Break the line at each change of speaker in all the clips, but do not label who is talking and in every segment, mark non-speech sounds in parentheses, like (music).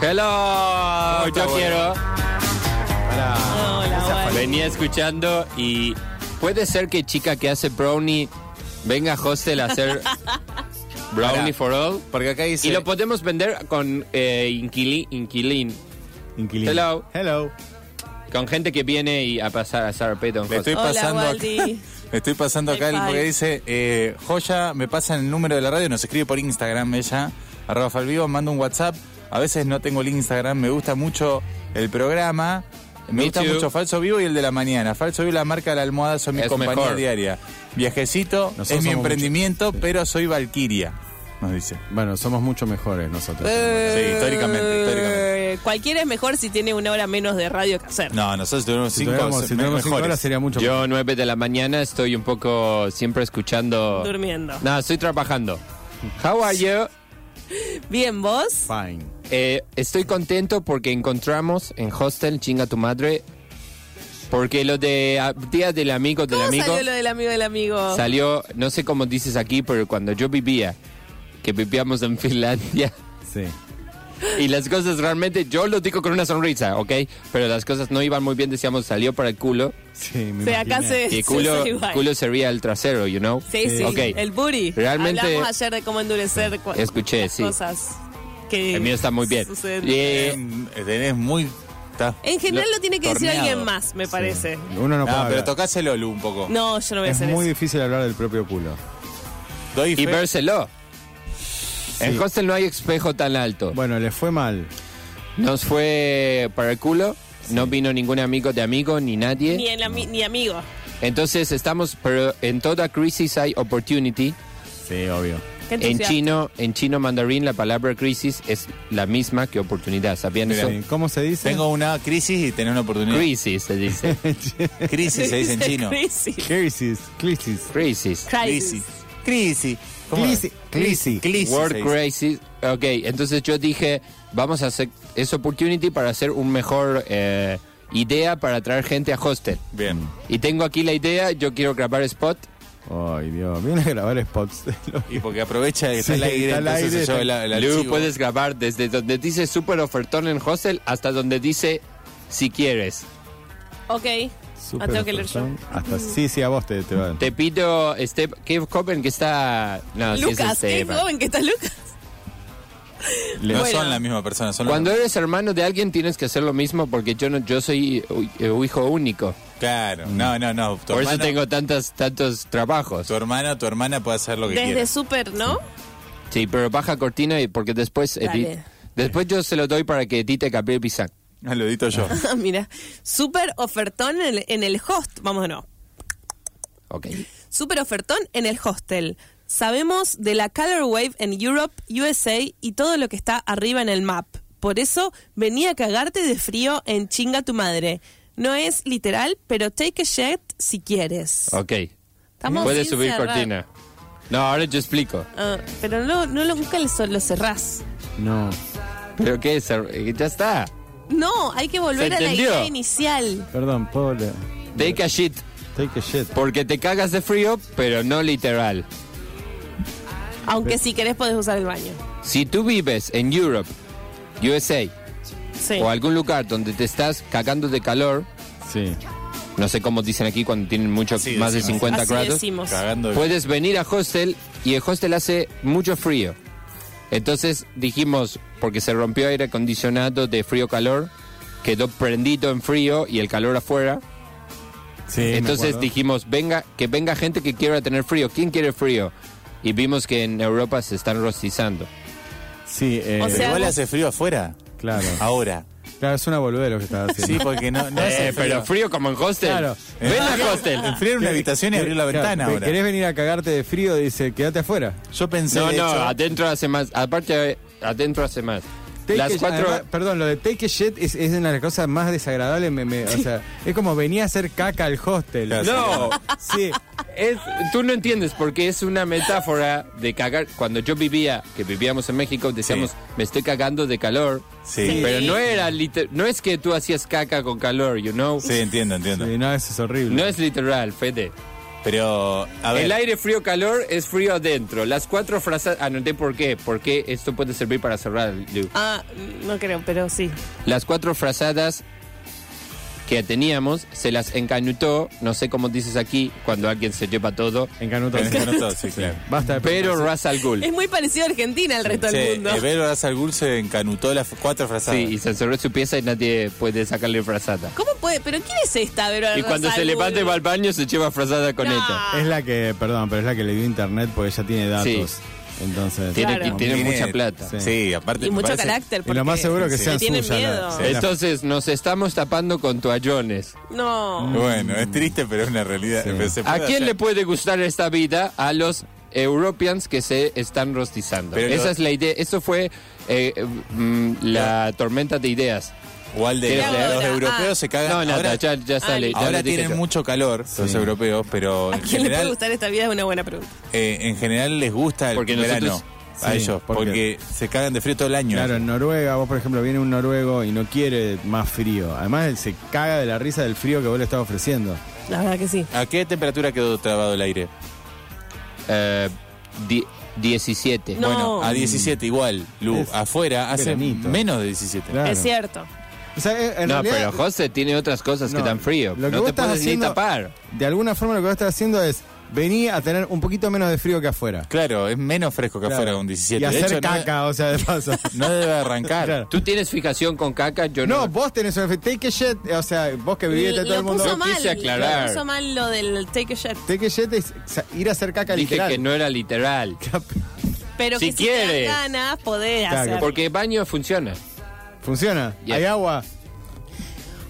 Hello, yo
bueno.
quiero.
Pará.
Hola,
Esa
hola.
fal-
Venía escuchando y puede ser que chica que hace brownie venga a hostel a
(laughs)
hacer brownie
Pará.
for all.
Porque acá dice.
Y lo podemos vender con eh, inquili- inquilín,
Inquilino.
Hello.
Hello.
con gente que viene y a pasar a Sarah Payton.
Le estoy
hostel.
Hola,
pasando. acá-
Waldi.
le estoy pasando acá el,
Hi,
porque
hi.
dice. eh, Joya, me pasa el número de la radio, nos escribe por Instagram ella. Arroba Falvivo, manda un WhatsApp. A veces no tengo el Instagram, me gusta mucho el programa. Me,
Me
gusta
too.
mucho Falso Vivo y el de la mañana. Falso Vivo, la marca de la almohada son mi
Es
compañía
mejor.
diaria. Viajecito
Nosotros
es mi
somos
emprendimiento, pero soy Valquiria, nos dice.
Bueno, somos mucho mejores nosotros.
Sí, históricamente, históricamente.
Eh, Cualquiera es mejor si tiene una hora menos de radio que hacer.
No, nosotros tuvimos
si
cinco,
tuviéramos, si
me-
tuviéramos cinco
mejores.
horas sería mucho
Yo 9 de la mañana estoy un poco siempre escuchando.
Durmiendo.
No, estoy trabajando. How are you?
Bien, vos.
Fine.
Eh, estoy contento porque encontramos en Hostel Chinga tu Madre. Porque lo de ah, Día del Amigo del
¿Cómo
Amigo
salió lo del amigo del amigo?
salió, no sé cómo dices aquí, pero cuando yo vivía, que vivíamos en (laughs) Finlandia.
Sí.
Y las cosas realmente, yo lo digo con una sonrisa, ¿ok? Pero las cosas no iban muy bien, decíamos, salió para el
(laughs)
culo.
Sí, me
o sea, acá
imaginé.
se.
Y
se
culo,
usa igual.
culo sería el trasero, you know?
Sí, sí.
Ok.
El booty.
Realmente-
Hablamos ayer de cómo endurecer cu-
Escuché,
las
sí.
cosas. Que
El mío está muy bien.
suceden.
Yeah.
Eh, tenés muy. está-
En general lo, tiene que
torneado.
decir alguien más, me parece.
Uno no
No,
puede
pero
hablar.
tocás el Olu un poco.
No, yo no voy a
Es
hacer
muy
eso.
difícil hablar del propio culo.
Doy
Y
fe.
vérselo. En hostel no hay espejo tan alto.
Bueno, le fue mal.
Nos fue para el culo. No vino ningún amigo de amigo ni nadie.
Ni, el ami- ni amigo.
Entonces estamos, pero en toda crisis hay opportunity.
Sí, obvio.
Qué
En
entusiasmo.
chino, en chino mandarín la palabra crisis es la misma que oportunidad. ¿Sabían eso?
Sí, ¿Cómo se dice?
Tengo una crisis y tenés una oportunidad.
Crisis se
(laughs)
dice.
Crisis
(laughs)
se
(laughs)
dice en chino.
Crisis.
Crisis. Crisis.
crisis.
Crisis.
Crisis. ¿Cómo
Crisis.
es?
Crisis.
Crisis. se
World
dice.
crisis. Ok, entonces yo dije, vamos a hacer es opportunity para hacer un mejor eh, idea para traer gente a hostel.
Bien.
Y tengo aquí la idea, yo quiero grabar spot.
Ay, Dios. Viene a grabar spots.
Y porque aprovecha que está
Sí,
el aire,
está al
entonces
aire,
se lleva
está-
el- el
Lu,
archivo.
puedes grabar desde donde dice super ofertón en hostel hasta donde dice si quieres.
Ok. Ah, tengo que leer yo.
ofertón. Hasta sí, sí, a vos te, te va.
Te pido, Steve, ¿qué joven que está? No, sí
Lucas,
es
qué
Esteban.
joven que está Lucas.
No
Bueno.
son la misma persona, son la-
Cuando eres hermano de alguien tienes que hacer lo mismo porque yo no, yo soy eh, hijo único.
Claro. No, no, no. Tu
Por
hermano,
eso tengo tantas, tantos trabajos.
tu hermano, tu hermana puede hacer lo que
Desde
quiera.
Super, ¿no?
Sí, pero baja cortina y porque después
Dale.
edit- después yo se lo doy para que edite Gabriel Pizán.
Ah, Lo edito yo.
Ah, (laughs) Mira, super ofertón en el, en el host. Vamos no.
Ok.
Super ofertón en el hostel. Sabemos de la Color Wave en Europe, USA y todo lo que está arriba en el map. Por eso venía a cagarte de frío en chinga tu madre. No es literal, pero take a jet si quieres.
Ok.
Estamos
Puedes
sin
subir
cerrar.
cortina. No, ahora yo explico.
Ah, pero no, no lo, nunca lo, lo cerrás.
No.
¿Pero qué es? Eh, Ya está.
No, hay que volver
¿Se
a la
entendió?
idea inicial.
Perdón, puedo leer.
Take a shit.
Take a shit.
Porque te cagas de frío, pero no literal.
Aunque si querés podés usar el baño.
Si tú vives en Europe, USA,
Sí.
o algún lugar donde te estás cagando de calor,
Sí.
no sé cómo dicen aquí cuando tienen mucho,
Así
más de
decimos.
50
Así
grados,
decimos.
Cagando.
puedes venir a hostel y el hostel hace mucho frío. Entonces dijimos, porque se rompió aire acondicionado de frío-calor, quedó prendido en frío y el calor afuera.
Sí, me
Entonces
acuerdo.
dijimos, venga, que venga gente que quiera tener frío. ¿Quién quiere frío? Y vimos que en Europa se están rostizando.
Sí, eh,
O
Pero
sea,
igual
vos-
hace frío afuera.
claro.
Ahora.
Claro, es una boludez lo que estás haciendo.
Sí, porque no, no
(laughs)
hace
Eh, pero frío como en hostel.
Claro.
Ven a hostel.
Enfriar una habitación y abrir la
Claro,
ventana
¿que-
ahora.
¿Querés venir a cagarte de frío? Dice, quédate afuera.
Yo pensé.
No,
de
no,
hecho-
adentro hace más. Aparte, adentro hace más.
Take
Las
a-
cuatro.
además, perdón, lo de Take a Jet es, es una de las cosas más desagradables. me- me- o sea, es como venía a hacer caca al hostel.
Claro,
No,
Sí,
es, tú no entiendes porque es una metáfora de cagar. Cuando yo vivía, que vivíamos en México, decíamos,
Sí.
me estoy cagando de calor.
Sí.
Pero no era liter- no es que tú hacías caca con calor, you know.
Sí, entiendo, entiendo.
Sí, no, eso es horrible.
No es literal, Fede.
Pero, a ver.
El aire frío-calor es frío adentro. Las cuatro frases, anoté por qué, porque esto puede servir para cerrar, Lu.
Ah, no creo, pero sí.
Las cuatro frazadas que teníamos se las encanutó, no sé cómo dices aquí, cuando alguien se lleva todo,
Encanuto.
Encanutó, sí, claro.
Basta de
pero
preguntas.
Ras al Ghul.
Es muy parecido a Argentina al resto
Sí,
del mundo.
Evero Razal Gul se encanutó las cuatro frases.
Sí, y se encerró en su pieza y nadie puede sacarle frazada.
¿Cómo puede? ¿Pero quién es esta, Vero
Y cuando se
Razalgul?
levante va al baño se lleva frazada con
No.
ella.
Es la que, perdón, pero es la que le dio internet porque ya tiene datos.
Sí.
Entonces,
Tiene,
Claro.
y tiene mucha plata.
Sí,
Sí.
aparte.
Y
me
mucho
parece-
carácter.
y lo más
porque-
seguro que
Sí.
sean
Le tienen
suyas.
miedo.
las- las-
Entonces nos estamos tapando con toallones. Mm.
No.
Bueno, es triste, pero es una realidad.
Sí.
Pero se
¿A
puede
quién le
hacer.
puede gustar esta vida? A los europeans que se están rostizando.
Pero
Esa
lo-
es la idea. Eso fue eh, mm, la tormenta de ideas.
O al de
¿Quieres
los,
leer?
los europeos
Ah.
se cagan.
No, nada,
ahora
ya, ya sale. ya
ahora
lo dije
tienen
yo.
mucho calor los
Sí.
europeos, pero
¿A
en
quién le puede
general,
gustar esta vida? Es una buena pregunta.
eh, en general les gusta el
Porque
verano
nosotros-
a
Sí,
ellos,
porque-
porque se cagan de frío todo el año.
Claro, en Noruega, vos por ejemplo, viene un noruego y no quiere más frío. Además, él se caga de la risa del frío que vos le estás ofreciendo.
La verdad que sí.
¿A qué temperatura quedó trabado el aire?
Eh, di- 17.
No.
Bueno, a 17 igual, Lu.
Es
afuera hace
veranito.
menos de 17.
Claro.
Es cierto.
O sea, en- en
No, pero
realidad,
José tiene otras cosas que
No,
dan frío.
lo que
no
vos
te
estás
puedes
haciendo-
ni tapar.
de alguna forma lo que vos estás haciendo es venir a tener un poquito menos de frío que afuera.
Claro, es menos fresco que afuera
Claro.
con 17.
Y
De
hacer
hecho, no-
caca, o sea, de
(laughs)
paso.
No, debe arrancar.
Claro.
Tú tienes fijación con caca, yo no.
No, vos tenés un take a jet, o sea, vos que viviste
Lo
todo el mundo.
puso
Yo
mal.
quise aclarar.
Lo puso mal lo del take a shot.
Take a jet es o sea, ir a hacer caca
Dije
literal.
que no era literal.
Pero
Si
que si te dan
quieres.
ganas, podés
Claro,
hacerlo.
Porque baño funciona.
(laughs) Funciona.
Yes.
Hay agua.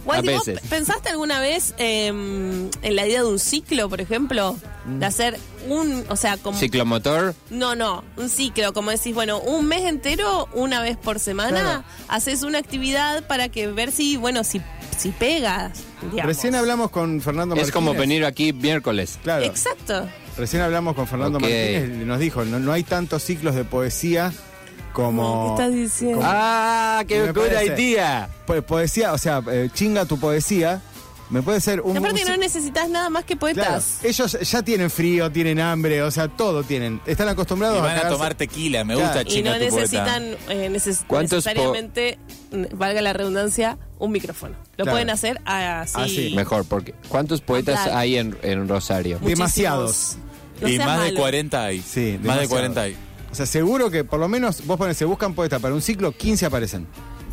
Guati,
A
¿vos
veces.
¿Pensaste alguna vez eh, en la idea de un ciclo, por ejemplo? De hacer un, o sea, como...
Ciclomotor,
No, no, un ciclo, como decís, bueno, un mes entero, una vez por semana,
Claro.
haces una actividad para que ver si, bueno, si, si pegas. digamos.
Recién hablamos con Fernando Martínez.
es como venir aquí miércoles.
Claro.
Exacto.
Recién hablamos con Fernando
Ok.
Martínez y nos dijo, no, no hay tantos ciclos de poesía
No,
como...
¿qué estás diciendo?
como-
¡Ah!
Y
¡Qué
me
buena
parece-
idea!
po- poesía, o sea, eh, chinga tu poesía. Me puede ser un...
Aparte
un-
no necesitas nada más que
Claro,
poetas.
ellos ya tienen frío, tienen hambre, o sea, todo tienen. Están acostumbrados
Y van a
cagarse-
tomar tequila, me
Claro.
gusta
Y
chinga
no
tu poeta.
necesitan eh, neces-
¿Cuántos po-
necesariamente, mm, valga la redundancia, un micrófono. Lo
Claro.
pueden hacer así.
Así.
Mejor, porque ¿cuántos poetas
Claro.
hay en, en Rosario?
Muchísimos.
demasiados.
No
y
seas
más de
malo.
40 hay.
Sí,
más de
demasiado.
40 hay.
O sea, seguro que por lo menos vos pones, se buscan poeta para un ciclo, 15 aparecen.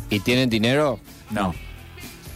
¿Y tienen dinero?
No.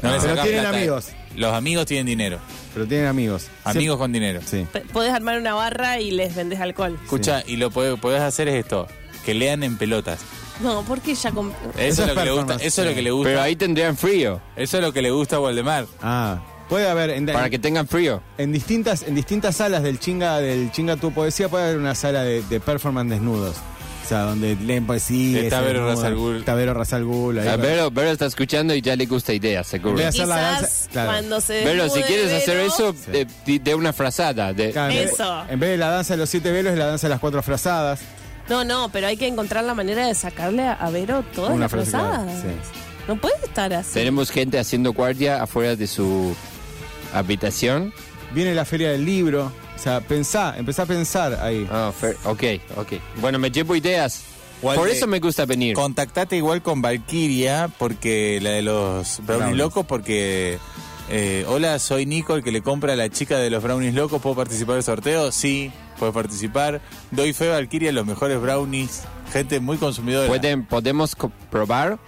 Pero
les sacan
tienen
plata, eh.
amigos.
Los amigos tienen dinero.
Pero tienen amigos.
Amigos con dinero.
Sí.
P- Podés armar una barra y les vendes alcohol.
Escucha, y lo que podés hacer es esto. Que lean en pelotas.
No, porque ya com-
Eso,
Eso
es lo
es
que le gusta.
performance,
Eso es lo
sí.
que le gusta.
Pero ahí tendrían frío,
Eso es lo que le gusta a Waldemar.
Ah, puede haber en,
para que tengan frío.
en distintas en distintas salas del chinga del chinga tu poesía puede haber una sala de, de performance desnudos. O sea, donde leen poesía.
Está
se
Vero
desnudan.
Ra's al Ghul.
Está Vero Ra's al Ghul, ahí
A
va.
Vero, Vero está escuchando y ya le gusta idea, seguro.
Voy a hacer la
quizás
danza- claro.
cuando se
Vero, si
desnude
quieres hacer
Vero,
eso,
Sí.
eh, di- de, una frazada. de-
Claro, en vez-
Eso.
En vez de la danza de los siete velos, es la danza de las cuatro frazadas.
No, no, pero hay que encontrar la manera de sacarle a a Vero todas
Una
las
frase,
rosadas.
claro, sí.
No puede estar así.
Tenemos gente haciendo guardia afuera de su habitación.
Viene la feria del libro. O sea, pensá, empezá a pensar ahí.
Ah, Fer- ok, ok. Bueno, me llevo ideas.
Walde-
Por eso me gusta venir.
Contactate igual con Valkyria, porque la de los Brownies
Brownies.
Locos, porque. eh, hola, soy Nico, el que le compra a la chica de los Brownies Locos. ¿Puedo participar del sorteo? Sí, puedes participar. Doy fe, Valkyria, los mejores Brownies. Gente muy consumidora.
Pueden, podemos co- probar.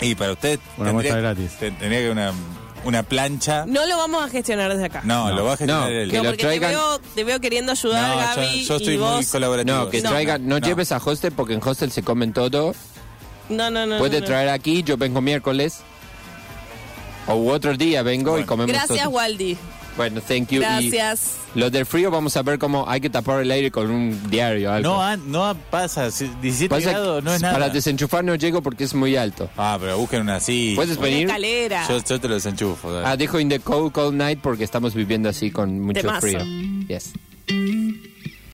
Y para usted.
Una muestra gratis.
te- Tendría que una, una plancha.
No lo vamos a gestionar desde acá.
No,
No.
lo va a gestionar
No,
él.
que
No,
lo
porque
traigan-
te, veo, te veo queriendo
No,
ayudar,
yo,
Gaby.
yo estoy
y
muy
vos...
colaborativo.
No, que
No.
traigan. No,
No.
lleves a hostel porque en hostel se comen todo.
No, no, no.
Puede
no, no.
traer aquí, yo vengo miércoles. O otro día vengo y
Bueno.
comemos
Gracias,
todo.
Waldi.
Bueno, thank you. Y
Gracias.
lo del frío vamos a ver cómo hay que tapar el aire con un diario. Algo.
No, ah, no pasa, si- 17
Pasa
grados
que
no es nada.
Para desenchufar no llego porque es muy alto.
Ah, pero busquen una así.
¿Puedes
Una
venir?
escalera.
Yo, yo te lo desenchufo. dale.
Ah, dejo in the cold, cold night porque estamos viviendo así con mucho
Temazo.
frío. Yes.